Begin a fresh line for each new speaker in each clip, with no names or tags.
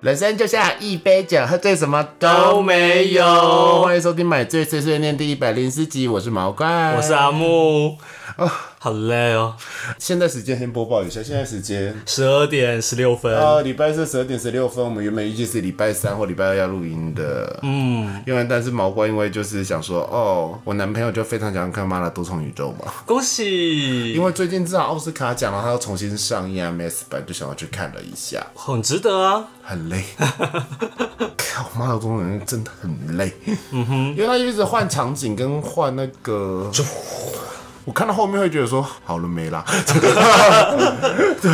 人生就像一杯酒，喝醉什么都
都
没
没
有。
有
欢迎收听《买醉碎碎念》第一百零四集，我是毛怪，
我是啊阿木，好累哦，
现在时间先播报一下，现在时间
十二点十六分，
呃，礼拜四十二点十六分，我们原本预计是礼拜三或礼拜二要录音的，嗯，因为但是毛怪因为就是想说，哦，我男朋友就非常喜欢看《妈的多重宇宙》嘛，
恭喜
因，为最近知道奥斯卡奖了，他要重新上映 MS 版，就想要去看了一下，
很值得啊。
很 累。看我妈的工人真的很累，嗯哼，因为他一直换场景跟换那个，我看到后面会觉得说好了没 啦，对，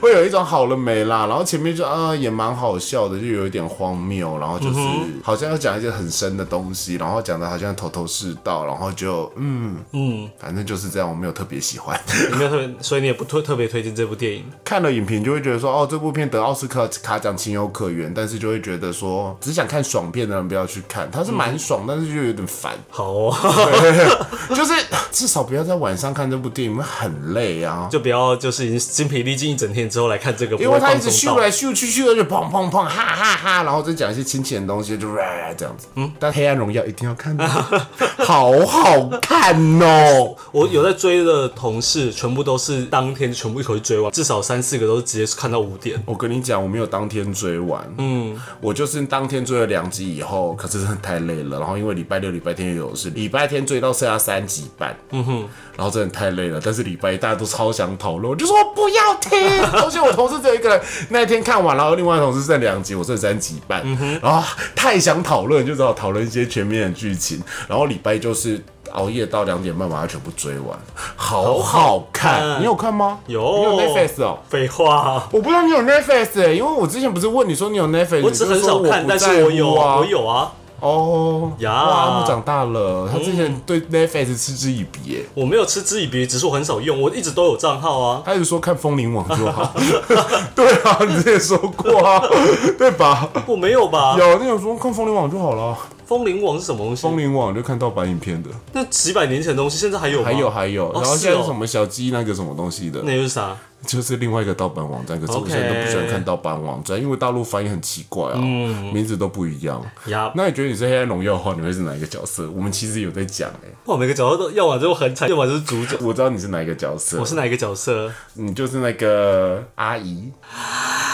会有一种好了没啦，然后前面就啊、也蛮好笑的，就有一点荒谬，然后就是、好像要讲一些很深的东西，然后讲的好像头头是道，然后就嗯嗯，反正就是这样，我没有特别喜欢。
有没有特别？所以你也不特特别推荐这部电影？
看了影评就会觉得说，哦，这部片得奥斯卡卡奖情有可原，但是就会觉得说，只想看爽片的人不要去看，它是蛮爽，但是就有点烦，
好哦，
就是至少不要在晚上看这部电影，会很累啊。
就不要就是已经精疲力尽一整天之后来看这个，
因为
不
他
会
一
放
直
松
咻
到
来咻去，咻来就砰砰砰，哈哈哈，然后再讲一些亲情的东西，就 哇这样子。嗯，但《黑暗荣耀》一定要看的，好好看哦。
我有在追的同事，全部都是当天全部一口气追完，至少三四个都是直接看到五点。
我跟你讲，我没有当天追完，嗯，我就是当天追了两集以后，可是真的太累了。然后因为礼拜六、礼拜天也有事，礼拜天追到剩下三集半，嗯哼，然后真的太累了。但是礼拜一大家都超想讨论，我就说我不要听。 而且我同事只有一个人那一天看完，然后另外同事剩两集，我剩三集半，然后太想讨论，就只好讨论一些全面的剧情。然后礼拜一就是。熬夜到两点半把它全部追完，好好看。你有看吗？
有
你嗯有 Netflix 哦。
废话，
我不知道你有 Netflix 哎、因为我之前不是问你说你有 Netflix，
我只
你就
很
说
少看，
不
但
在
是我有，
乎啊，
我有啊，
哦
呀
哇，阿木长大了，他之前对 Netflix 嗤之以鼻、欸，
我没有嗤之以鼻，只是我很少用，我一直都有账号啊。
他一直说看风铃网就 好， 对啊，你之前说过啊，对吧？
我没有吧？
有那种说看风铃网就好了，
风铃网是什么东西啊
风？铃网就看盗版影片的，
那几百年前的东西，现在还有吗？
还有还有，然后
是
现在
哦
是什么小鸡那个什么东西的，
那又是啥？
就是另外一个盗版网站，可是我
OK 嗯
现在都不喜欢看盗版网站，因为大陆翻译很奇怪啊，名字都不一样。
呀，
那你觉得你是黑暗荣耀的话，你会是哪一个角色？我们其实有在讲哎、
我每个角色都要么就是很惨，要么就是主角。
我知道你是哪一个角色
我，是哪一个角色？
你就是那个阿 姨，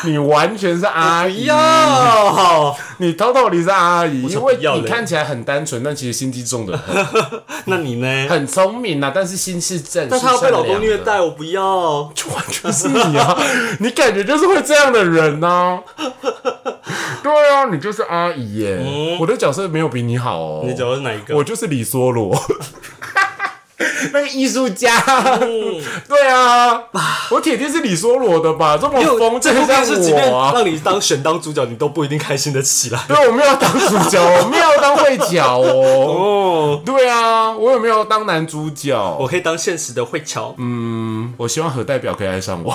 你完全是阿姨，
哎要，
你偷偷你是阿姨，
才
因
不
为
要嘞
你看起来很单纯，但其实心机重的很，
那你呢？
很聪明啊，但是心是正，
但她要被老公
是善
虐
良的，
待，我不要。
就完全是你 啊，你感觉就是会这样的人呢、对啊，你就是阿姨耶、我的角色没有比你好哦，
嗯你的角色是哪一个？
我就是李梭罗， 那个艺术家。
哦
对啊，我铁定是李梭罗的吧？这么
因为
疯，
这
就
部片是，即便呃
像我啊。
让你当选当主角，你都不一定开心得起来。
对，啊我没有要当主 角，我没有要当会角哦。
哦，
对啊，我有没有当男主角？
我可以当现实的慧乔。嗯，
我希望何代表可以爱上 我。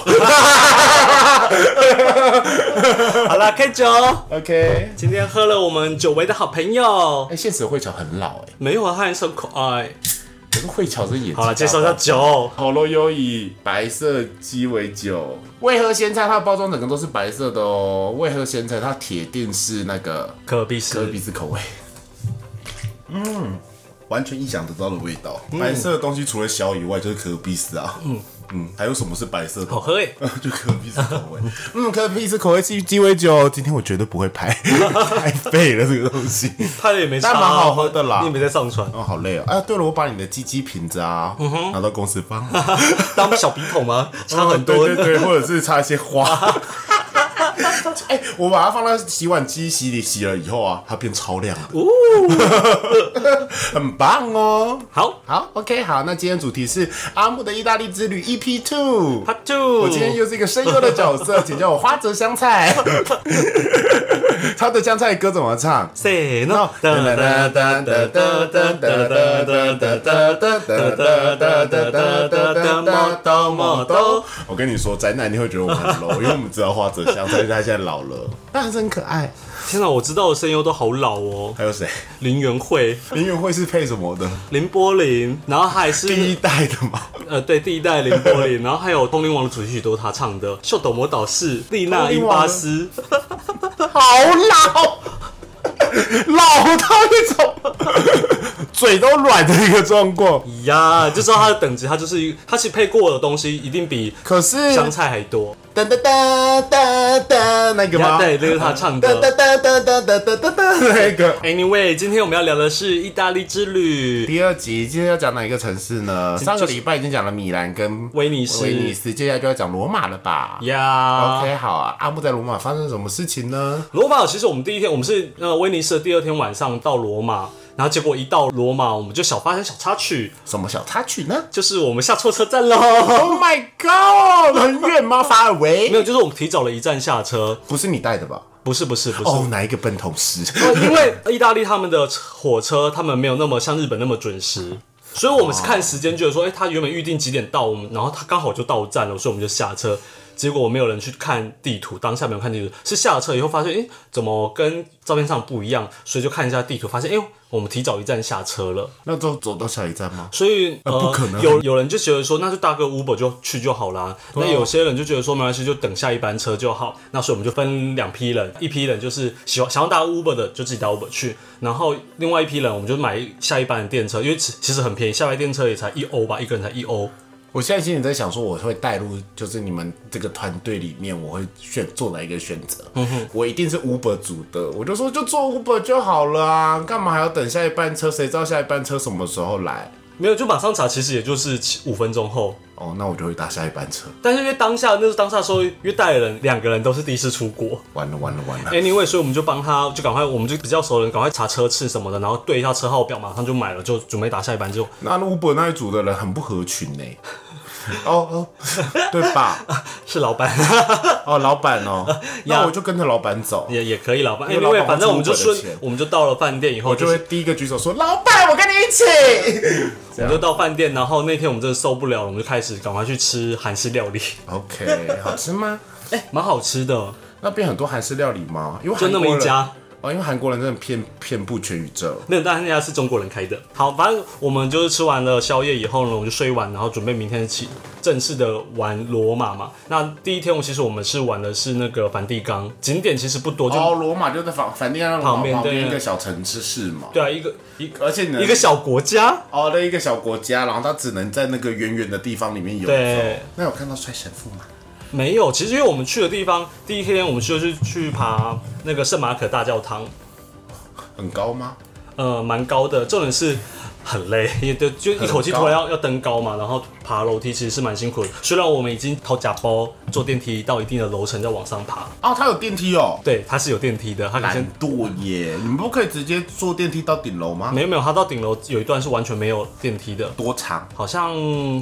好啦，开酒。
OK，
今天喝了我们久违的好朋友
哎，，现实会巧很老哎，
没有啊，他还是很可爱。
可是会巧这眼睛。
好了，介绍一下。酒。
好喽，优以白色鸡尾酒，味和咸菜它的包装整个都是白色的哦。味和咸菜它铁定是那个
可比
隔
斯
鼻子口味。嗯，完全意想得到的味道。白色的东西除了小以外就是可比斯啊。嗯嗯，还有什么是白色的
好？喝欸诶、
就可比斯口味。 嗯，可比斯口味是鸡尾酒。今天我绝对不会 拍，太废了这个东西。
拍了也没差、啊，
但蛮好喝的啦
你也没在上传，
哦，好累哦！啊，对了，我把你的鸡鸡瓶子啊、拿到公司帮忙，
当小笔筒吗？差很
哦
多。
对对对，或者是插一些 花。哎、我把它放到洗碗机洗里洗了以后啊，它变超亮的， 很棒哦。
好
好，OK，好，那今天主题是阿木的意大利之旅 EP Two。
，Part Two。
我今天又是一个声优的角色，请叫我花泽香 菜。花泽香菜歌怎么唱？
Say no。
哒哒哒哒哒哒哒哒哒哒哒哒哒哒哒哒哒哒哒么哆。我跟你说，宅男你会觉得我很 low，因为我们知道花泽香菜，但是他现在老了，但还是很可爱。
天哪，我知道的声优都好老哦，
还有谁？
林元惠、
林元惠是配什么的？
林柏林，然后还是
第一代的吗？
呃，对，第一代林柏林， 然后还有《通灵王》的主题曲都是他唱的，《秀斗魔导士》、丽娜英巴斯，
好老，老到一种嘴都软的一个状况。
呀，就知道它的等级，它就是一它其实配过的东西一定比
可是
香菜还多。
噔噔噔噔噔那个吗？
呀对那是他唱
噔
的
噔噔噔噔噔噔噔噔那个。
Anyway，今天我们要聊的是意大利之 旅。
第二集今天要讲哪一个城市呢？上个礼拜已经讲了米兰跟
威尼斯
威尼斯，接下来就要讲罗马了吧
呀
？OK，好啊。阿木在罗马发生什么事情呢？
罗马其实我们第一天，我们是呃威尼斯的第二天晚上到罗马，然后结果一到罗马，我们就小发生小插曲，
什么小插曲呢
就是我们下错车站喽。
？Oh my god，很远吗？法尔维
没有，就是我们提早了一站下车。
不是你带的吧？
不是不是不是。
哦，哪一个笨同事？
呃因为意大利他们的火车，他们没有那么像日本那么准时，所以我们是看时间，觉得说，哎、他原本预定几点到，我们然后他刚好就到站了，所以我们就下车。结果没有人去看地图，当下没有看地图，是下了车以后发现，哎、怎么跟照片上不一样？所以就看一下地图，发现，哎、呦，我们提早一站下车了。
那就走到下一站吗？
所以呃，
不可能
有有人就觉得说，那就搭个 Uber 就去就好啦。那
啊
有些人就觉得说，没关系，就等下一班车就好。那所以我们就分两批人，一批人就是喜欢想要搭 Uber 的，就自己搭 Uber 去；然后另外一批人，我们就买下一班的电车，因为其其实很便宜，下一班电车也才一欧吧，一个人才一欧。
我现在心里在想说，我会带入，就是你们这个团队里面，我会选做哪一个选择？
嗯
我一定是 Uber 组的，我就说就坐 Uber 就好了啊，干嘛还要等下一班车？谁知道下一班车什么时候来？
没有，就马上查，其实也就是七五分钟后。
哦，那我就会搭下一班车。
但是因为当下那是当下说，因为带的人两个人都是第一次出国，
完了完了完了！
Anyway，所以我们就帮他，就赶快，我们就比较熟的人，赶快查车次什么的，然后对一下车号表，马上就买了，就准备打下一班之后，
那 Uber 那一组的人很不合群呢、哦哦，对吧？
是老 板
哦，老板哦，那我就跟着老板走，
也也可以，老板。
因为老
Anyway，
板
反正我们就
付我
顺
的钱，
我们就到了饭店以后，
我就
就是
会第一个举手说：“老板，我跟你一起。”
我们就到饭店，然后那天我们真的受不了，我们就开始赶快去吃韩式料理，
OK，好吃吗？
哎，蛮好吃的，
那边很多韩式料理吗？因为
就那么
韩国人
一家。
哦，因为韩国人真的遍遍布全宇宙。
那当然那家是中国人开的。好，反正我们就是吃完了宵夜以后呢，我们就睡完，然后准备明天起正式的玩罗马嘛。那第一天我其实我们是玩的是那个梵蒂冈景点，其实不多，就
哦，罗马就在反反定
旁
旁
边
边旁
对啊
边一个小城市是嘛？
对啊，一个一
而且呢，
一个小国家，
哦的一个小国家，然后它只能在那个远远的地方里面游
对
走。那有看到帅神父吗？
没有。其实因为我们去的地方，第一天我们就是去爬那个圣马可大教堂，
很高吗？
呃，蛮高的。重点是很累，也就就一口气突然要要登高嘛，然后爬楼梯其实是蛮辛苦的。虽然我们已经掏假包坐电梯到一定的楼层再往上爬，
哦，它有电梯哦。
对，它是有电梯的，它可以
懒
先。
惰耶！你们不可以直接坐电梯到顶楼吗？
没有没有，它到顶楼有一段是完全没有电梯的，
多长，
好像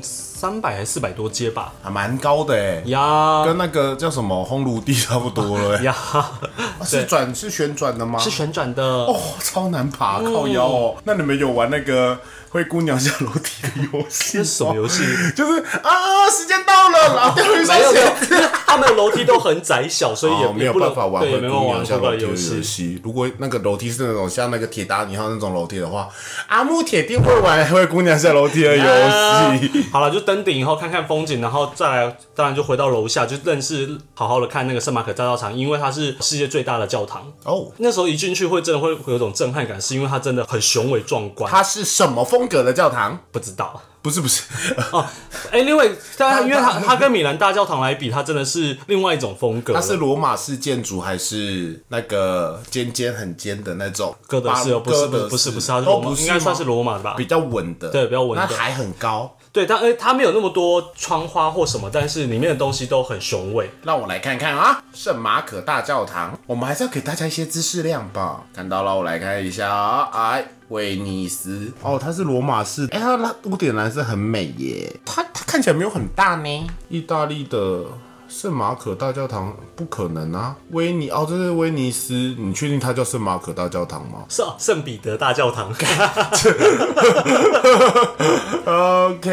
三百还是四百多阶吧。
还蛮高的哎，
呀
跟那个叫什么烘炉地差不多了耶。
呀，
啊是转是旋转的吗？
是旋转的，
哦，超难爬，靠腰哦。那你们有玩那个灰姑娘下楼梯的游戏
这
吗？
是什么游戏？
就是啊，时间到了，然后掉一双
没有没有
鞋，
因为他们的楼梯都很窄小，所以也、
哦，没有
也不能
办法玩
对，也
灰
没
姑
有玩
娘下
过
楼
的
梯的
游
游
戏。
戏。如果那个楼梯是那种像那个铁达尼号那种楼梯的话，阿木铁定会玩灰姑娘下楼梯的 游戏。
啊好了，就登顶以后看看风景，然后再来，当然就回到楼下，就认识好好的看那个圣马可大教堂，因为它是世界最大的教堂。
哦，
那时候一进去会真的会会有种震撼感，是因为它真的很雄伟壮观。
它是什么风格的教堂？
不知道
不是不是，
哦，哎、另外，但因为它它跟米兰大教堂来比，它真的是另外一种风格了。
它是罗马式建筑还是那个尖尖很尖的那种？
哥德式哦，不是不是
哥德
不是不是，它
都
是罗马，
不
应该
吗
算是罗马的吧？
比较稳的，
对比较稳的
那还很高。
对，但哎、它没有那么多窗花或什么，但是里面的东西都很雄伟。
让我来看看啊，圣马可大教堂，我们还是要给大家一些知识量吧。看到了，我来看一下啊，哎，威尼斯，哦，它是罗马式，哎、它它屋顶蓝色很美耶，它它看起来没有很大呢。意大利的圣马可大教堂不可能啊，威尼哦，这是威尼斯，你确定它叫圣马可大教堂吗
是啊，圣彼得大教堂。
？OK，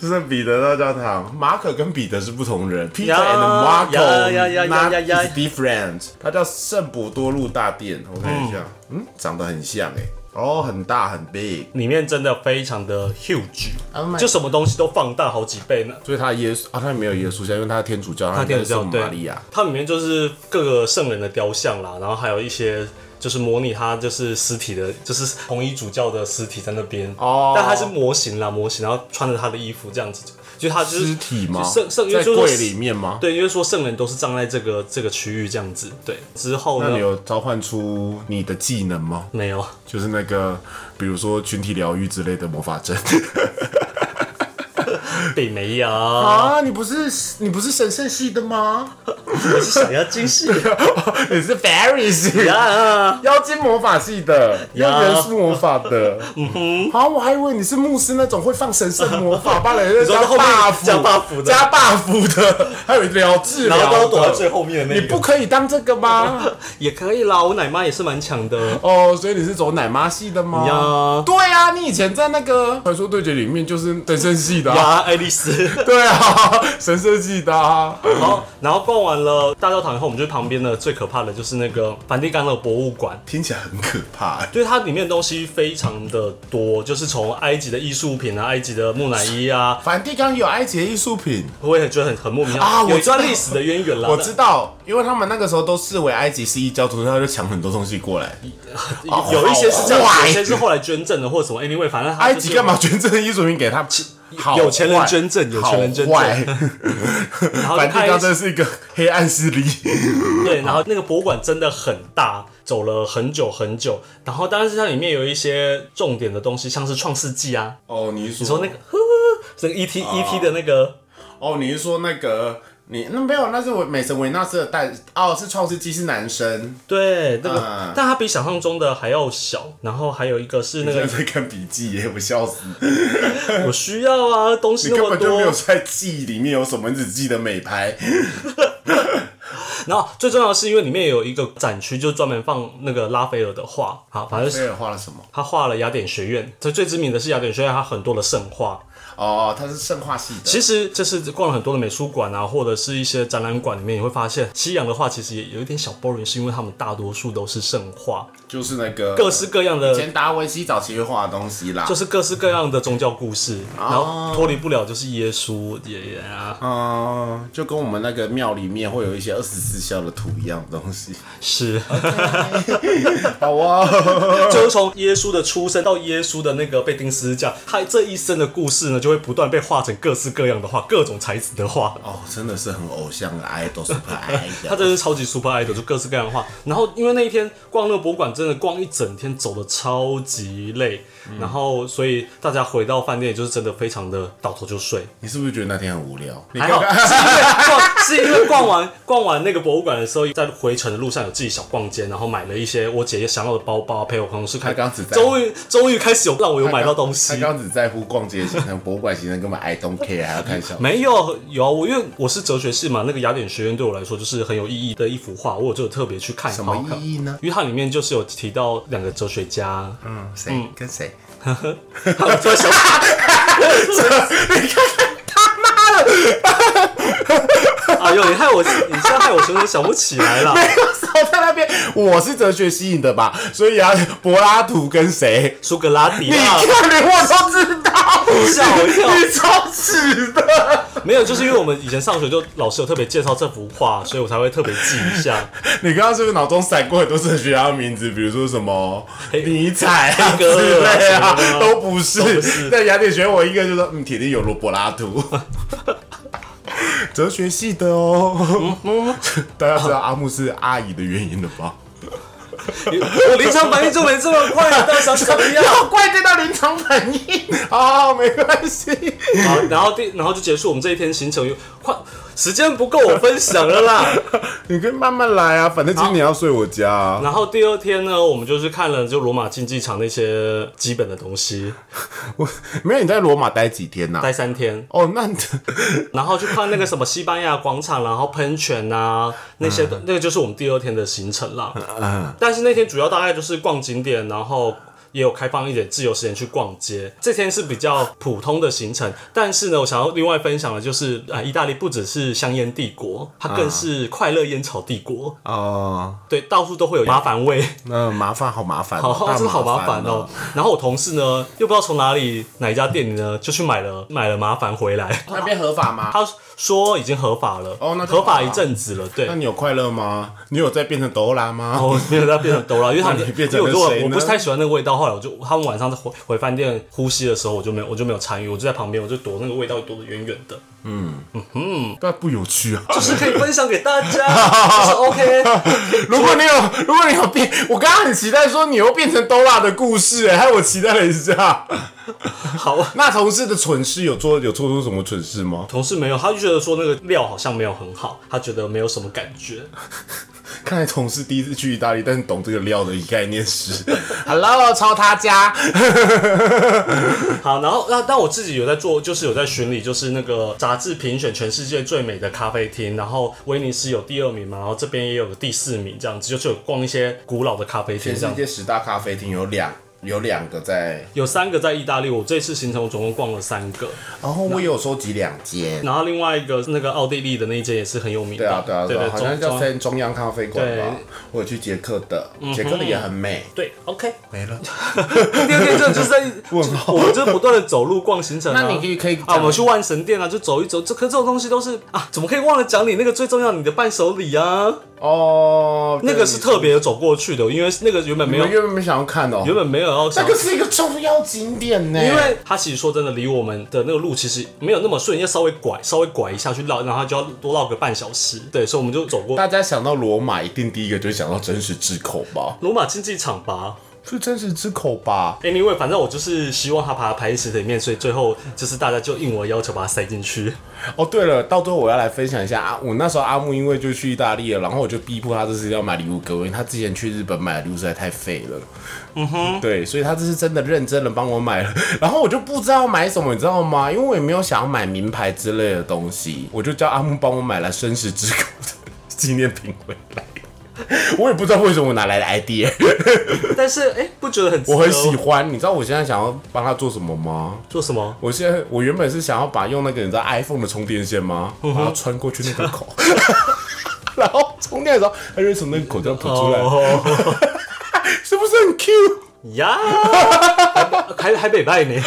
圣彼得大教堂，马可跟彼得是不同人，Peter
呀
and
呀呀呀
Marco
呀
not
呀呀
is 嗯 different。它叫圣伯多禄大殿，我看一下，嗯，长得很像哎、哦，很大很 big，
里面真的非常的 huge，、
Oh my-
就什么东西都放大好几倍呢。
所以他耶稣啊，他没有耶稣像，因为他是天主教，
他
他
天主教
应该是
对
圣玛利亚，，
它里面就是各个圣人的雕像啦，然后还有一些就是模拟他就是尸体的，就是红衣主教的尸体在那边
哦
但他是模型啦，模型，然后穿着他的衣服这样子，就他就是
尸体吗？
就圣圣因为
在
就是
柜里面吗？
对，因为说圣人都是葬在这个这个区域这样子，对，之后
那你
呢？
有召唤出你的技能吗？
没 有，
就是那个，比如说群体疗愈之类的魔法阵
并没 有，
啊？你不是你不是神圣系的 吗？
我是想要惊 喜
你是 fairy 系
啊！
妖精魔法系的，
呀
要元素魔法 的。嗯哼，好，我还以为你是牧师那种会放神圣魔法，把 人
说
家加
后面
buff
加 buff 的
加 buff 的， 还有疗治疗
然
的，
后都躲在最后面的那
你
个，
不可以当这个吗？
也可以啦，我奶妈也是蛮强 的。
哦，所以你是走奶妈系的吗？
呀
对啊，你以前在那个《传说对决》里面就是神圣系的、啊。
呀，爱丽丝。
对啊，神圣系的、啊。
然后，然后逛完了大教堂以后，我们就去旁边的最可怕的就是那个梵蒂冈的博物馆，
听起来很可怕、欸。
就是它里面的东西非常的多，就是从埃及的艺术品啊，埃及的木乃伊啊，
梵蒂冈有埃及的艺术品，
我也觉得很很莫名其妙
啊我
有一
知道
段历史的渊源啦。
我知道，因为他们那个时候都视为埃及是异教徒，所以他就抢很多东西过来。
有 有一些是这样
哦好，坏
有一些是后来捐赠的或者什么，anyway，反正它
埃
就是
及干嘛捐赠艺术品给他？好
有钱人
坏
捐赠，有钱人捐
好坏
赠，后就
梵蒂冈真的是一个黑暗势 力。
对，然后那个博物馆真的很大，走了很久很久，然后当然是它里面有一些重点的东西，像是创世纪啊，
哦，你是
你说那个呵呵那个 E T E T 的那个，
哦，你是说那个你那没有？那是我美神维纳斯的代哦，是创世纪是男生。
对，那个
嗯，
但它比想象中的还要小。然后还有一个是那
我现
个，
在在看笔记耶，我笑死！
我需要啊，东西
你
那
根
么
本就
多
没。有在记忆里面有什么，你只记得美 拍。
然后最重要的是，因为里面有一个展区，就专门放那个拉斐尔的画。好，反正
菲
是
尔画了什么？
他画了雅典学院，这最知名的是雅典学院，他很多的圣画。
哦，他是圣化系的。
其实这是逛了很多的美术馆啊，或者是一些展览馆里面，你会发现西洋的画其实也有一点小 boring，是因为他们大多数都是圣画，
就是那个
各式各样的
前达文西早期会画的东西啦。
就是各式各样的宗教故事，然
哦
后脱离不了就是耶稣爷爷啊，
嗯，就跟我们那个庙里面会有一些二十四孝的图一样的东 西。
是，
好啊，
就是从耶稣的出生到耶稣的那个被钉十字架，他这一生的故事呢，就会不断被画成各式各样的画，各种材质的画。
哦，真的是很偶像的 idol super
他
idol。
真的是超级 super idol，就各式各样的画。然后因为那一天逛那个博物馆，真的逛一整天，走的超级累。然后所以大家回到饭店，就是真的非常的倒头就睡。
你是不是觉得那天很无聊？你
还
刚
好，
刚
是因为逛，是因为逛完逛完那个博物馆的时候，在回程的路上有自己小逛街，然后买了一些我姐姐想要的包包，陪我同事看。
他刚只在
终于终于开始有让我有买到东
他
西。
刚只在乎逛街行程、博物馆行程，根本 I don't care，还要看小。
没有有啊我，因为我是哲学系嘛，那个雅典学院对我来说就是很有意义的一幅画，我就有特别去看。
什
好好
么
看
意义呢？
因为它里面就是有提到两个哲学家，
嗯，谁跟谁？
我突然想起来 哎呦，你害我，你现在害我真的想不起来 了。
我少在那边，我是哲学吸引的吧，所以啊，柏拉图跟谁？
苏格拉底
你
啊，
看，连我都知道，
吓我一跳
你超屎的。
没有，就是因为我们以前上学就老师有特别介绍这幅画，所以我才会特别记一 下。
你刚刚是不是脑中闪过很多哲学家的名字，比如说什么
黑
尼采啊之
黑格尔啊
类啊
什么的，
都不
都不
是。
是
在雅典学我一个就说，嗯，铁定有罗柏拉图。 哲学系的
嗯
哦，大家知道阿木是阿姨的原因了吧？
我临场反应就没这么快啊，大家想怎么样？
要怪罪到临场反 应，好，啊没关系。
好，然后第然后就结束我们这一天行程，快时间不够我分享了 啦。
你可以慢慢来啊，反正今年要睡我家、啊。
然后第二天呢，我们就是看了就罗马竞技场那些基本的东西，
我没有你在罗马待几天呐、
待三天，
哦，那你
然后去看那个什么西班牙广场，然后喷泉啊那些嗯的，那个就是我们第二天的行程啦。但是那天主要大概就是逛景点，然后。也有开放一点自由时间去逛街。这天是比较普通的行程，但是呢，我想要另外分享的就是，啊，意大利不只是香烟帝国，它更是快乐烟草帝国。
哦，
对，到处都会有啊麻烦味，
那麻烦好麻烦哦，
好，
大
真的好麻烦
烦
哦。。然后我同事呢，又不知道从哪里哪一家店呢，就去买了买了麻烦回来。
那边合法吗？
他说已经合法了，
哦那就
合
好啊
法一阵子了，对
那。你有快乐吗？你有在变成哆啦吗？
哦，没有，他变成抖 了，因为他
那你变成
因为
了
我
谁
就
呢
我不是太喜欢那个味道，后来我就他们晚上在回回饭店呼吸的时候，我就没有我就没有参与，我就在旁边，我就躲那个味道躲得远远 的，
那不有趣啊！
就是可以分享给大家，就是 OK，
如果你有，如果你有变，我刚刚很期待说你又变成哆啦的故事、哎，害我期待了一下。
好。
那同事的蠢事有做有做出什么蠢事吗？
同事没有，他就觉得说那个料好像没有很好，他觉得没有什么感觉。
看来同事第一次去意大利，但是懂这个料的概念 是，Hello，抄他家。
好，然后那但我自己有在做，就是有在巡礼，就是那个杂志评选全世界最美的咖啡厅，然后威尼斯有第二名嘛，然后这边也有个第四名，这样子就是有逛一些古老的咖啡厅
全
这
世
样。
界十大咖啡厅有两有两个在，
有三个在意大利，我这次行程我总共逛了三个，
然后我也有收集两间。
然后另外一个是那个奥地利的那一间也是很有名的，
对啊，对啊，
对
对啊，好像
总
叫
总
三中央咖啡馆吧
对。嗯
我有去捷克的，捷克的也很美。
对，OK。
没了。
第二天真的就是在
问号
我们就是不断的走路逛行程、啊。
那你可以可以
啊，我们去万神殿啊，就走一走。这可这种东西都是啊，怎么可以忘了讲你那个最重要你的伴手礼啊？
哦，
那个是特别走过去的，因为那个原本没
你
有
们，原本没想要看哦。
原本没有要
这
想
个。是一个重要景点呢，
因为它其实说真的，离我们的那个路其实没有那么顺，要稍微拐，稍微拐一下去绕，然后就要多绕个半小时。对，所以我们就走过
大家想到罗马，一定第一个就会想到真实之口吧？
罗马竞技场吧。
是真实之口吧？
Anyway，反正我就是希望他把它排进实体里面，所以最后就是大家就应我的要求把它塞进去。
哦，对了，到最后我要来分享一下啊，我那时候阿木因为就去意大利了，然后我就逼迫他这次要买礼物给我，因为他之前去日本买的礼物实在太废了。嗯哼，对，所以他这次真的认真的帮我买了，然后我就不知道买什么，你知道吗？因为我也没有想要买名牌之类的东西，我就叫阿木帮我买了生食之口的纪念品回来。我也不知道为什么我哪来的 idea，
但是哎、不觉得很值
我
得
很喜欢。你知道我现在想要帮他做什么吗？
做什么？
我现在我原本是想要把用那个你知道 iPhone 的充电线吗？
嗯
把它穿过去那个口， 然后充电的时候，它就会从那个口这样吐出来，
哦
是不是很 Q？
呀，还还北 拜呢。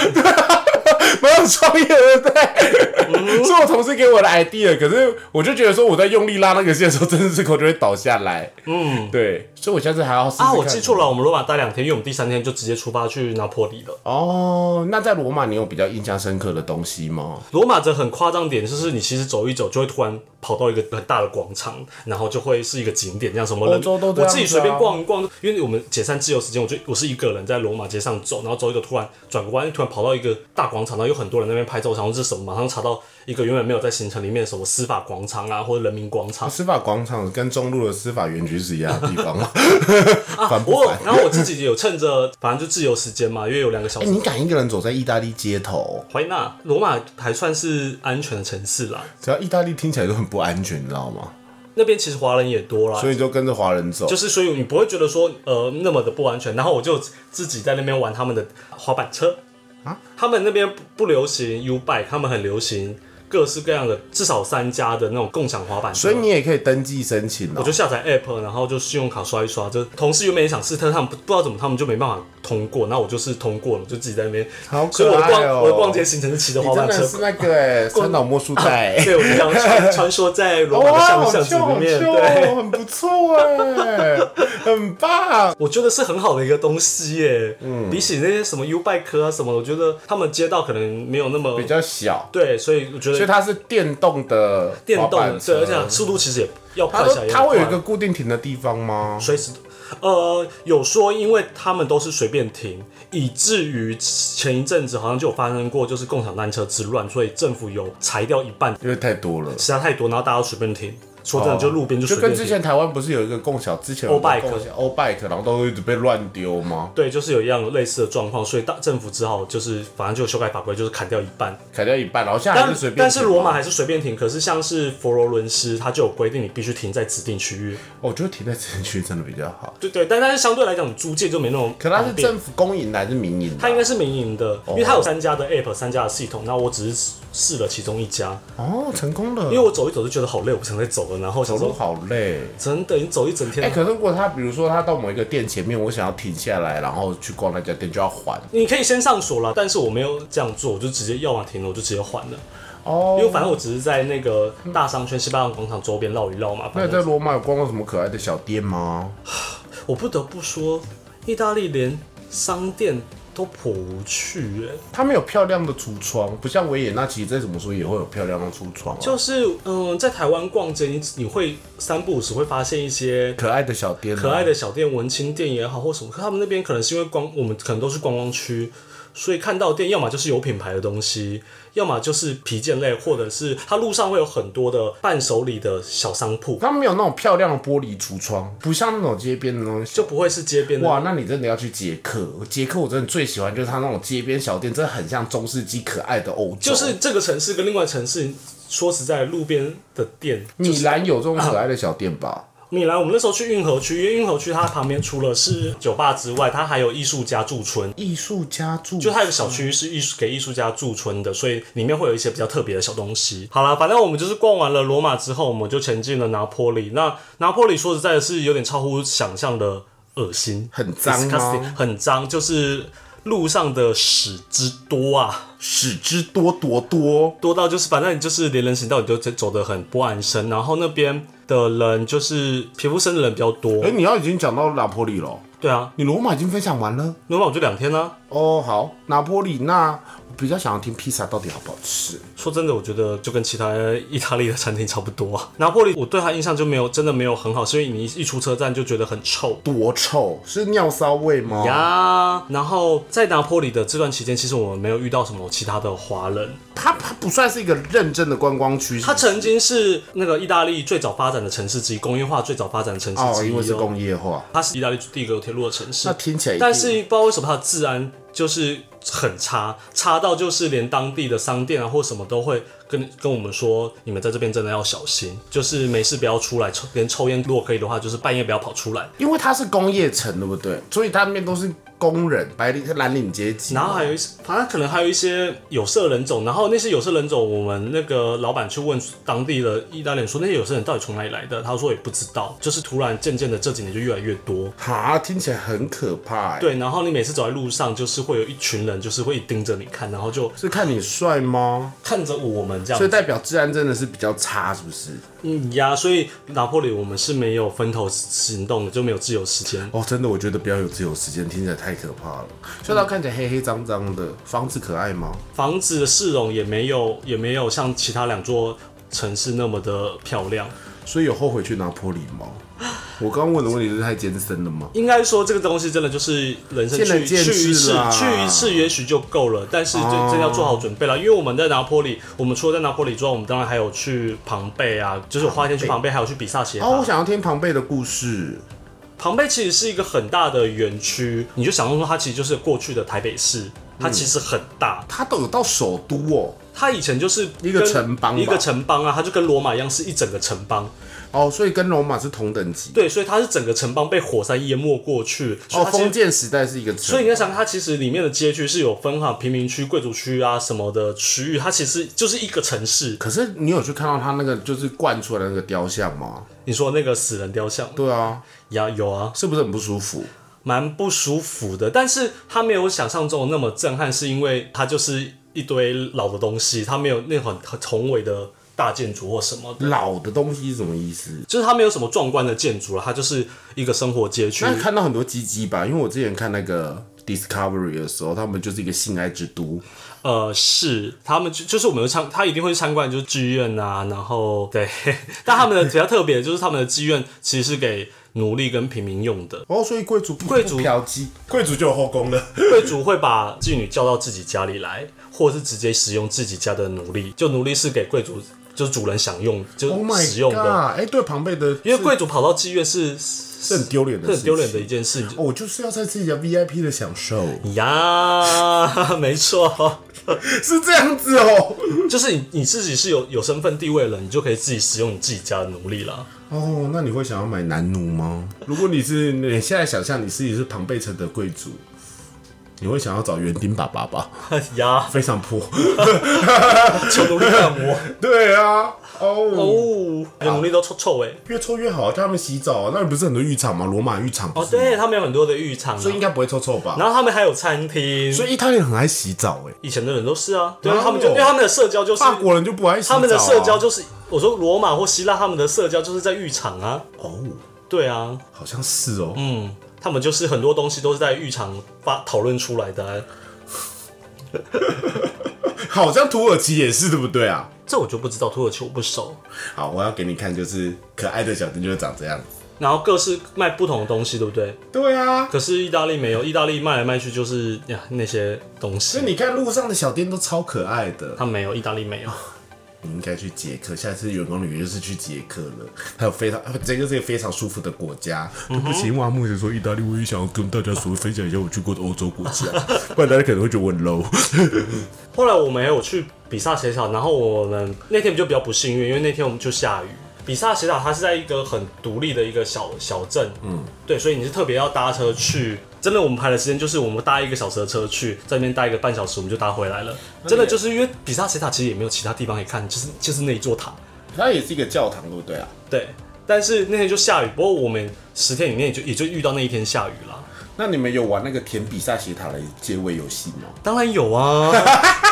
蛮有创意的，对不
嗯
对？是我同事给我的 idea，可是我就觉得说我在用力拉那个线的时候，真的是口就会倒下来。嗯，对，所以我下次还要试试
啊，
看
我记错了，我们罗马待两天，因为我们第三天就直接出发去拿破里了。
哦，那在罗马你有比较印象深刻的东西吗？
罗马这很夸张点，就是你其实走一走就会突然跑到一个很大的广场，然后就会是一个景点，这样什么人
欧洲都这
我
样子啊
自己随便逛一逛，因为我们解散自由时间，我就我是一个人在罗马街上走，然后走一走，突然转个弯，突然跑到一个大广场，然后有很多人在那边拍照，我想说这是什么，马上查到一个原本没有在行程里面的什么司法广场啊，或者人民广 场。
司法广场跟中路的司法园区是一样的地 方吗？烦不
我
烦？
然后我自己也有趁着反正就自由时间嘛，因为有两个小
哎、
时。
你敢一个人走在意大利街头？
怀纳罗马还算是安全的城市啦，
只要意大利听起来都很不安全，你知道吗？
那边其实华人也多啦，
所以就跟着华人走。
啊就是所以你不会觉得说呃那么的不安全。然后我就自己在那边玩他们的滑板车
啊，
他们那边不不流行 U bike，他们很流行各式各样的至少三家的那种共享滑板车。
所以你也可以登记申请
我
哦。
就下载 app，然后就信用卡刷一刷。就同事原本也想试，但是他们不不知道怎么，他们就没办法通过。然后我就是通过了，我就自己在那边。
好
所以我
可
的
爱
逛
哦
我的逛街行程是骑着
你
滑
真
板车
的是那个哎，三岛魔术带。
对，我就这样穿穿梭在罗马的
哇，
巷
好
巷子
秀，
里
好
面。
秀，哦
对，
很不错哎， 很棒。
我觉得是很好的一个东西耶。嗯，比起那些什么 U bike 啊什么的，我觉得他们街道可能没有那么
比较小，
对，所以我觉
所以
得
它是电动的
电动
滑
的
板
对，
车
而且速度其实也要
它
快
都
起来也
它
很
会有一
快
个固定停的地方吗？
随时，呃，有说，因为他们都是随便停，以至于前一阵子好像就有发生过，就是共享单车之乱，所以政府有裁掉一半，
因为太多了。
实在太多，然后大家都随便停。说真的，就路边就
哦就
随便
跟之
停。
前台湾不是有一个共享，之前有个
Obike
共享 o bike，然后都一直被乱丢吗？
对，就是有一样类似的状况，所以大政府只好就是反正就修改法规，就是砍掉一半。
砍掉一半，然后现在还
但
是随便停吗。
但是罗马还是随便停，可是像是佛罗伦斯，它就有规定你必须停在指定区域。
哦我觉得停在市区真的比较好。
对对，但但是相对来讲，租借就没那种
可它是
方便
政府啊公营的还是民营的啊？
它应该是民营的，因为它有三家的 app，三家的系统。那我只是试了其中一家，
哦，成功了，
因为我走一走就觉得好累，我不想再走了。然后想
走路
说，
好累。
真的，你走一整
哎、
天，
可是如果他比如说他到某一个店前面，我想要停下来，然后去逛那家店就要还
你可以先上锁了，但是我没有这样做，我就直接要么停了，我就直接还了。
哦
因。为反正我只是在那个大商圈、西班牙广场周边绕一绕嘛。
那
反
你在
正
罗马有逛到什么可爱的小店吗？
我不得不说，意大利连商店都颇无趣哎、
它没有漂亮的橱窗，不像维也纳，其实再怎么说也会有漂亮的橱窗、啊，
就是嗯，在台湾逛街，你你会三不五时会发现一些
可爱的小店、啊
可爱。的小店、文青店也好，或什么，可他们那边可能是因为光我们可能都是观光区，所以看到店要么就是有品牌的东西，要么就是皮件类，或者是它路上会有很多的伴手礼的小商铺，
它没有那种漂亮的玻璃橱窗，不像那种街边的东西。
就不会是街边的。
哇，那你真的要去捷克？捷克我真的最喜欢就是它那种街边小店，真的很像中世纪可爱的欧洲。
就是这个城市跟另外城市，说实在，路边的店，
米兰有这种可爱的小店吧？
米兰我们那时候去运河区，因为运河区它旁边除了是酒吧之外，它还有艺术家驻村。
艺术家住
就它有个小区是艺术给艺术家驻村的，所以里面会有一些比较特别的小东西。好啦，反正我们就是逛完了罗马之后，我们就前进了拿坡里。那拿坡里说实在的是有点超乎想象的恶心，
很脏吗
disgusting，很脏，就是路上的屎之多啊，
屎之多多多，
多到就是反正你就是连人行道你就走得很不安生。然后那边的人就是皮肤深的人比较多
哎、，你要已经讲到拿破里了，
对啊，
你罗马已经分享完了
罗马我就两天呢、
哦。好，拿破里那我比较想要听披萨到底好不好吃。
说真的，我觉得就跟其他意大利的餐厅差不多、啊。拿破里，我对它印象就没有真的没有很好，是因为你一出车站就觉得很臭。
多臭，是尿骚味吗？
呀，然后在拿破里的这段期间，其实我们没有遇到什么其他的华人。
它它不算是一个认证的观光区，
它曾经是那个意大利最早发展的城市之一，工业化最早发展的城市
哦，
之一、
因为是
哦。
工业化，
它是意大利第一个有铁路的城市
那，听起来一定，
但是不知道为什么它的治安就是很差，差到就是连当地的商店啊或什么都会跟跟我们说，你们在这边真的要小心，就是没事不要出来抽，连抽烟如果可以的话，就是半夜不要跑出来。
因为它是工业城，对不对？所以它那边都是工人，白领蓝领阶级，
然后还有一些，反正可能还有一些有色人种，然后那些有色人种，我们那个老板去问当地的意大利人说，那些有色人到底从哪里来的？他说也不知道，就是突然渐渐的这几年就越来越多。
哈，听起来很可怕、欸。，
对，然后你每次走在路上，就是会有一群人，就是会盯着你看，然后就是
看你帅吗？
看着我们这样子。
所以代表治安真的是比较差，是不是？
嗯呀，所以拿破里我们是没有分头行动的，就没有自由时间。
哦，真的，我觉得不要有自由时间，听起来太可怕了。隧道看起来黑黑脏脏的，房子可爱吗？
房子的市容也没有，也没有像其他两座城市那么的漂亮。
所以有后悔去拿坡里 吗？我刚刚问的问题是太艰深了吗？
应该说这个东西真的就是人生
见仁
去
见智
去一次
啦哦
去一次也许就够了，但是真真要做好准备了，因为我们在拿坡里，我们除了在拿坡里之外，我们当然还有去庞贝啊，就是我花钱去庞贝，还有去比萨斜塔。
哦，我想要听庞贝的故事。
庞贝其实是一个很大的园区，你就想象说它其实就是过去的台北市，
嗯
它其实很大，
他都有到首都哦。
他以前就是
一个
跟
城邦吧
一个城邦啊，他就跟罗马一样是一整个城邦，
哦，所以跟罗马是同等级。
对，所以他是整个城邦被火山淹没过去，所以
哦，
它其
封
实。
建时代是一个
所以
城，
你要想，它其实里面的街区是有分哈贫民区、贵族区啊什么的区域，它其实就是一个城市。
可是你有去看到他那个就是灌出来的那个雕像吗？
你说那个死人雕像
对啊，
呀，有啊，
是不是很不舒服？
蛮不舒服的，但是它没有想象中的那么震撼，是因为它就是一堆老的东西，它没有那很很宏伟的大建筑或什么的，
老的东西是什么意思？
就是它没有什么壮观的建筑了，它就是一个生活街区。
那看到很多鸡鸡吧，因为我之前看那个 Discovery 的时候，他们就是一个性爱之都，
呃，是他们就就是我们有参，他一定会参观，就是剧院啊，然后对， 但他们的比较特别，就是他们的剧院其实是给奴隶跟平民用的。
哦，所以贵族不
贵族
不嫖妓，贵族就有后宫了。
贵族会把妓女叫到自己家里来，或是直接使用自己家的奴隶，就奴隶是给贵族就是主人享用，
，Oh
就
my
是使用
god！
的。
哎、对旁辈的，
因为贵族跑到妓院是
是很丢脸的
是
事情，
很丢脸的一件事
哦。我就是要在自己的 VIP 的享受，
呀， 没错，
是这样子哦。
就是你你自己是有有身份地位了，你就可以自己使用你自己家的奴隶啦。
哦，那你会想要买男奴吗？如果你是你现在想象你自己是庞贝城的贵族，你会想要找园丁爸爸吧？
呀，
非常 破。
求奴隶干我
对啊，哦，
哦，你的奴隶都臭臭哎、
越臭越好，叫他们洗澡。那不是很多浴场吗？罗马浴场不
哦，
是吗，
对他们有很多的浴场啊、
所以应该不会臭臭吧？
然后他们还有餐厅，
所以意大利人很爱洗澡哎、
以前的人都是啊，对
哪
啊，
有
他们就因为他们的社交就是
法国人就不爱洗澡、啊。
他们的社交就是我说罗马或希腊，他们的社交就是在浴场啊，
哦，
对啊，
好像是哦。
嗯，他们就是很多东西都是在浴场发讨论出来的啊、
好像土耳其也是，对不对啊？
这我就不知道，土耳其我不熟。
好，我要给你看，就是可爱的小丁就是长这样子。
然后各式卖不同的东西，对不对？
对啊，
可是意大利没有，意大利卖来卖去就是呀那些东
所以
西，
你看路上的小店都超可爱的。
它没有，意大利没有。
你应该去捷克，下次员工旅游就是去捷克了。还有非常，这个是一个非常舒服的国家。嗯对不起，因为我目前说意大利，我也想要跟大家所谓分享一下我去过的欧洲国家， 不然大家可能会觉得我很 low。
后来我们也有去比萨斜塔，然后我们那天就比较不幸运，因为那天我们就下雨。比萨斜塔它是在一个很独立的一个小小镇，嗯，对，所以你是特别要搭车去。真的，我们排的时间就是我们搭一个小时的车去，在那边搭一个半小时，我们就搭回来了。真的就是因为比萨斜塔其实也没有其他地方可以看，就是就是那一座塔，
它也是一个教堂，对不对啊？
对。但是那天就下雨，不过我们十天里面也就也就遇到那一天下雨啦。
那你们有玩那个填比萨斜塔的结尾游戏 吗？
当然有啊，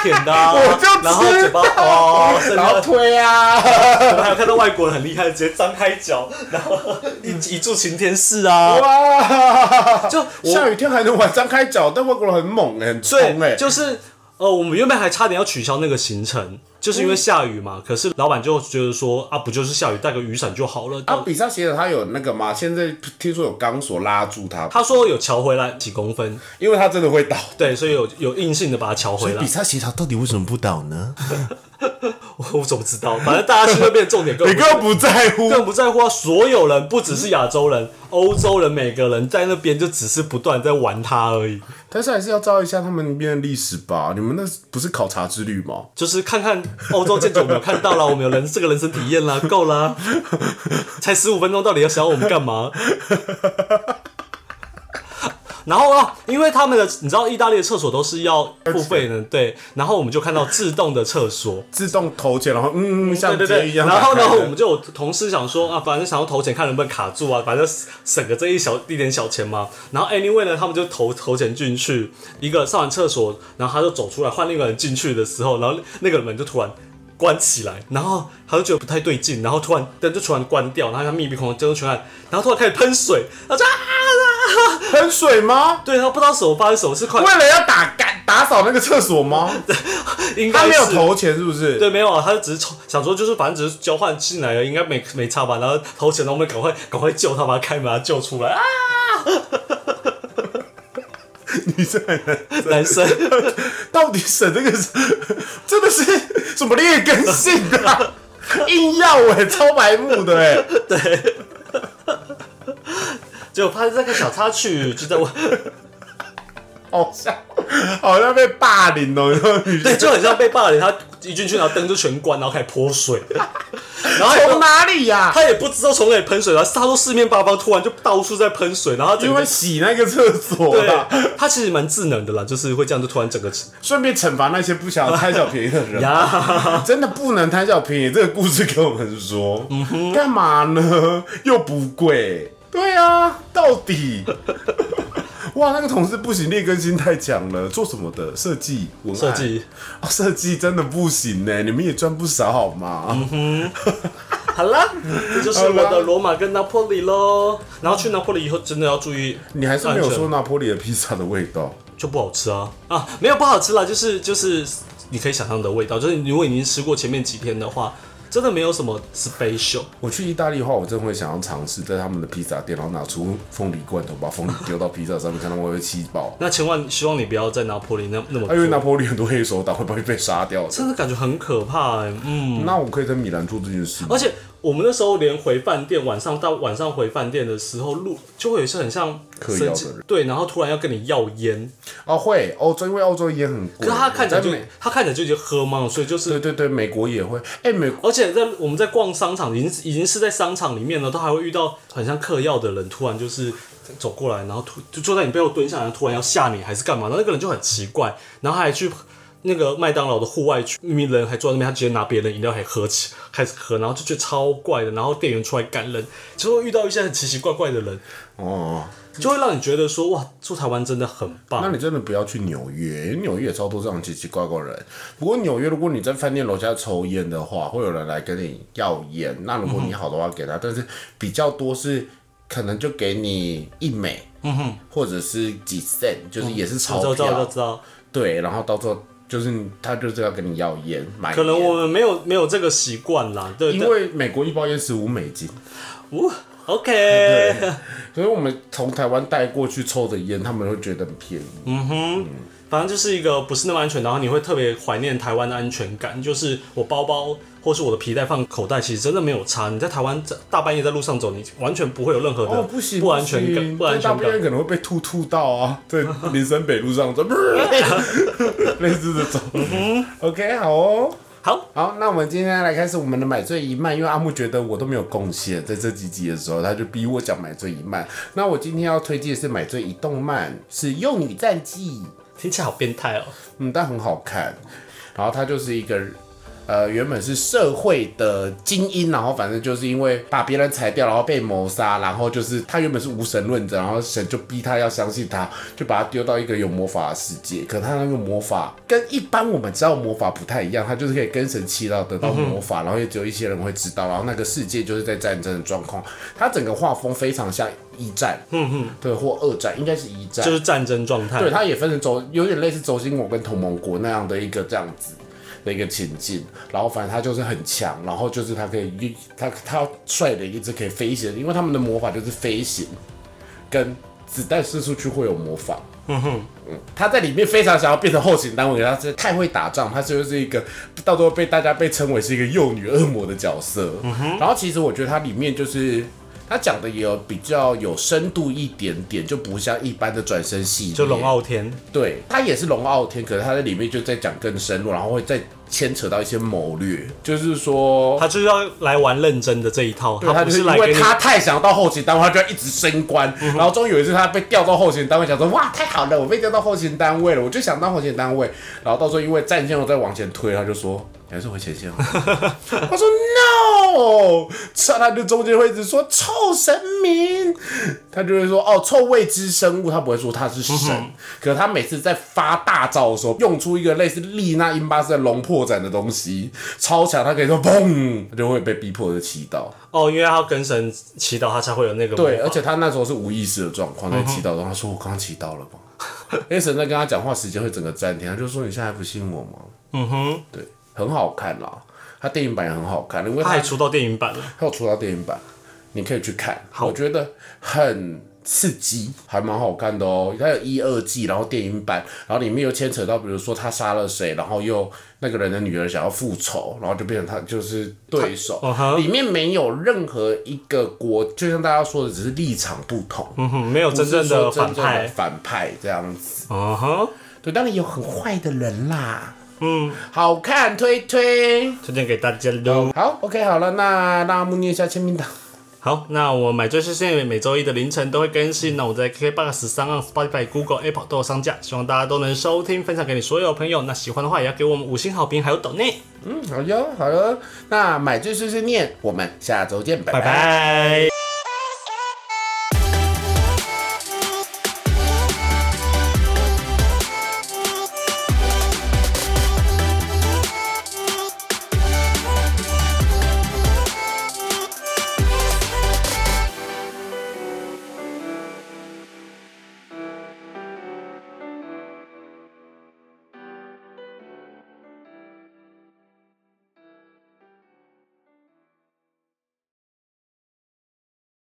舔的、啊，
我就
然后
知
嘴巴 哦，真
然后
的
推啊，
我们还有看到外国人很厉害，直接张开脚，然后一一柱擎天式啊，
哇！
就
下
我
雨天还能玩张开脚，但外国人很猛哎、很冲哎、
对，就是呃，我们原本还差点要取消那个行程，就是因为下雨嘛。可是老板就觉得说啊，不就是下雨带个雨伞就好了。
啊，比萨斜塔它有那个吗？现在听说有钢索拉住它，
他说有桥回来几公分，
因为它真的会倒。
对，所以有有硬性的把它桥回来。
萨斜塔到底为什么不倒 呢？
我我怎么知道？反正大家去那边的重点根
你
本
根
不
本不在乎，
更不在乎啊！所有人不只是亚洲人，欧洲人每个人在那边就只是不断在玩它而已。
但是还是要照一下他们那边的历史吧。你们那不是考察之旅吗？
就是看看欧洲建筑，我们有看到啦，我们有人这个人生体验啦，够啦，才十五分钟，到底要想我们干嘛？然后啊，因为他们的你知道，意大利的厕所都是要付费的，对。然后我们就看到自动的厕所，
自动投钱，然后嗯，像
对对
街
对。
一样
然
打开
后
的。
呢， 我们就有同事想说啊，反正想要投钱看能不能卡住啊，反正省个这一小一点小钱嘛。然后 anyway 呢，他们就投投钱进去，一个上完厕所，然后他就走出来换另一个人进去的时候，然后那个门就突然。关起来，然后他就觉得不太对劲，然后突然灯就突然关掉，然后他密闭空间就全暗，然后突然开始喷水，他就啊啊啊！
喷水吗？
对，他不知道手发生什么事，快
为了要打干打扫那个厕所 吗？
应该
他
是
没有投钱是不是？
对，没有啊，他就只是抽想说，就是反正只是交换进来了，应该没没差吧。然后投钱，然后我们赶快赶快救他，把他开门，把他救出来啊！
你这
男 生，
到底省这个真的是什么劣根性 啊？硬要哎、超白目的哎、
结果发现这个小插曲，就在我，
好像好像被霸凌 哦、你知道女
对，
生
就很像被霸凌。他一进去，然后灯就全关，然后开始泼水， 然后也
从哪里呀、
他也不知道从哪里喷水，然后他说四面八方突然就到处在喷水，然后他整
因
个
为洗那个厕所啦，
对，他其实蛮智能的啦，就是会这样就突然整个
顺便惩罚那些不想贪小便宜的人。
呀，
真的不能贪小便宜，这个故事跟我们说，
嗯
干、嘛呢？又不贵，对啊，到底， 哇，那个同事不行，劣根性太强了，做什么的？设计、文案、
设 计
哦设计真的不行呢，你们也赚不少好吗？
嗯好了，这就是我的罗马跟拿破里喽。然后去拿破里以后，真的要注意，
你还是没有说拿破里的披萨的味道，
就不好吃啊啊，没有不好吃啦，就是就是你可以想象的味道，就是如果你已经吃过前面几天的话，真的没有什么 special。
我去意大利的话，我真的会想要尝试在他们的披萨店，然后拿出凤梨罐头，把凤梨丢到披萨上面，看他们会不会气爆。
那千万希望你不要在拿破里那那么
啊因为拿
做，
破利很多黑手党会不会被杀掉的。
真的感觉很可怕、欸。嗯，
那我可以在米兰做这件事吗
而且我们那时候连回饭店，晚上到晚上回饭店的时候，路就会有一些很像
嗑药的
神经
人
对，然后突然要跟你要烟，
哦，会欧洲，因为欧洲也很贵。
可是他看起来就
在美
他看起来就已经喝懵了，所以就是
对对对，美国也会。哎、美国
而且在我们在逛商场，已经已经是在商场里面了，都还会遇到很像嗑药的人，突然就是走过来，然后突就坐在你背后蹲下来，突然要吓你还是干嘛？然后那个人就很奇怪，然后还去那个麦当劳的户外区，明明人还坐在那边，他直接拿别人饮料还喝起，开始喝，然后就觉得超怪的。然后店员出来赶人，就会遇到一些很奇奇怪怪的人，
哦，
就会让你觉得说哇，住台湾真的很
那
棒。
你真的不要去纽约，因为纽约也超多这种奇奇怪怪的人。不过纽约，如果你在饭店楼下抽烟的话，会有人来跟你要烟。那如果
嗯
你好的话，给他，但是比较多是可能就给你一美，嗯哼，或者是几 cent，就是
嗯
也是
知道
钞
知道知道
票，
知道，
对，然后到最后就是他就是要跟你要烟买烟，
可能我们没有没有这个习惯啦，对，
因
但
为美国一包烟十五美金，
哦
哎
OK，
所以我们从台湾带过去抽的烟，他们会觉得很便宜。
反正就是一个不是那么安全，然后你会特别怀念台湾的安全感，就是我包包或是我的皮带放口袋，其实真的没有差。你在台湾在大半夜在路上走，你完全不会有任何的
哦，不行，
不安全
行
感，不安
在大
全
不列
感。
可能会被吐吐到啊，在林森北路上，这 类似这种。OK，好哦。
好，
好，那我们今天来开始我们的买醉一漫，因为阿木觉得我都没有贡献，在这几集的时候，他就逼我讲买醉一漫。那我今天要推荐的是买醉一动漫，是《幼女战记》。
听起来好变态哦。
嗯，但很好看。然后他就是一个，呃，原本是社会的精英，然后反正就是因为把别人裁掉，然后被谋杀，然后就是他原本是无神论者，然后神就逼他要相信他，就把他丢到一个有魔法的世界。可他那个魔法跟一般我们知道魔法不太一样，他就是可以跟神祈祷得到魔法，然后也只有一些人会知道。然后那个世界就是在战争的状况，他整个画风非常像一战，嗯嗯，对，或二战，应该是一战，
就是战争状态
对，，它也分成轴，有点类似轴心国跟同盟国那样的一个这样子的一个情境。然后反正它就是很强，然后就是它可以运，它它率领一只可以飞行，因为他们的魔法就是飞行，跟子弹射出去会有魔法。嗯哼，嗯，他在里面非常想要变成后勤单位，可是他是太会打仗，他就是一个到最后被大家被称为是一个幼女恶魔的角色。嗯哼，然后其实我觉得它里面就是。他讲的也有比较有深度一点点，就不像一般的转身系列，
就龙傲天。
对，它也是龙傲天，可是它在里面就在讲更深入，然后会再牵扯到一些谋略，就是说，
他就是要来玩认真的这一套，
对
他
他
不
就是因
来
为
给你嗯
他太想到后勤单位，他就要一直升官，然后终于有一次他被调到后勤单位，想说哇太好了，我被调到后勤单位了，我就想当后勤单位，然后到时候因为战线又在往前推，他就说。你还是回前线好了。 他说 no，操！他就中间会一直说臭神明，他就会说哦臭未知生物，他不会说他是
嗯
神。可是他每次在发大招的时候，用出一个类似丽娜英巴斯的龙破斩的东西，超强，他可以说砰，他就会被逼迫的祈祷。
哦，因为他要跟神祈祷，他才会有那个魔法
对，而且他那时候是无意识的状况，在祈祷中，他说我刚祈祷了 吗？因为神在跟他讲话时间会整个暂停，他就说你现在还不信我吗？
嗯哼，
对，很好看啦，他电影版也很好看，因为
他
他
还出到电影 版了。
他有出到电影版，你可以去看，我觉得很刺激，还蛮好看的哦。它有一二季，然后电影版，然后里面又牵扯到，比如说他杀了谁，然后又那个人的女儿想要复仇，然后就变成他就是对手。
嗯哼
里面没有任何一个国，就像大家说的，只是立场不同，
嗯哼，没有真正的
不是说
反
真正的
派。
反派这样子。
嗯哼，
对，当然也有很坏的人啦。嗯，好看，推推。
推荐给大家喽。
好，OK，好了，那让阿木念一下签名档。
好，那我买醉视线每周一的凌晨都会更新，那我在 KKBOX、s o n Spotify、Google、Apple 都有上架，希望大家都能收听，分享给你所有朋友。那喜欢的话也要给我们五星好评，还有抖内，
好哟，好哟，那买醉碎碎念，我们下周见，拜
拜
拜
拜。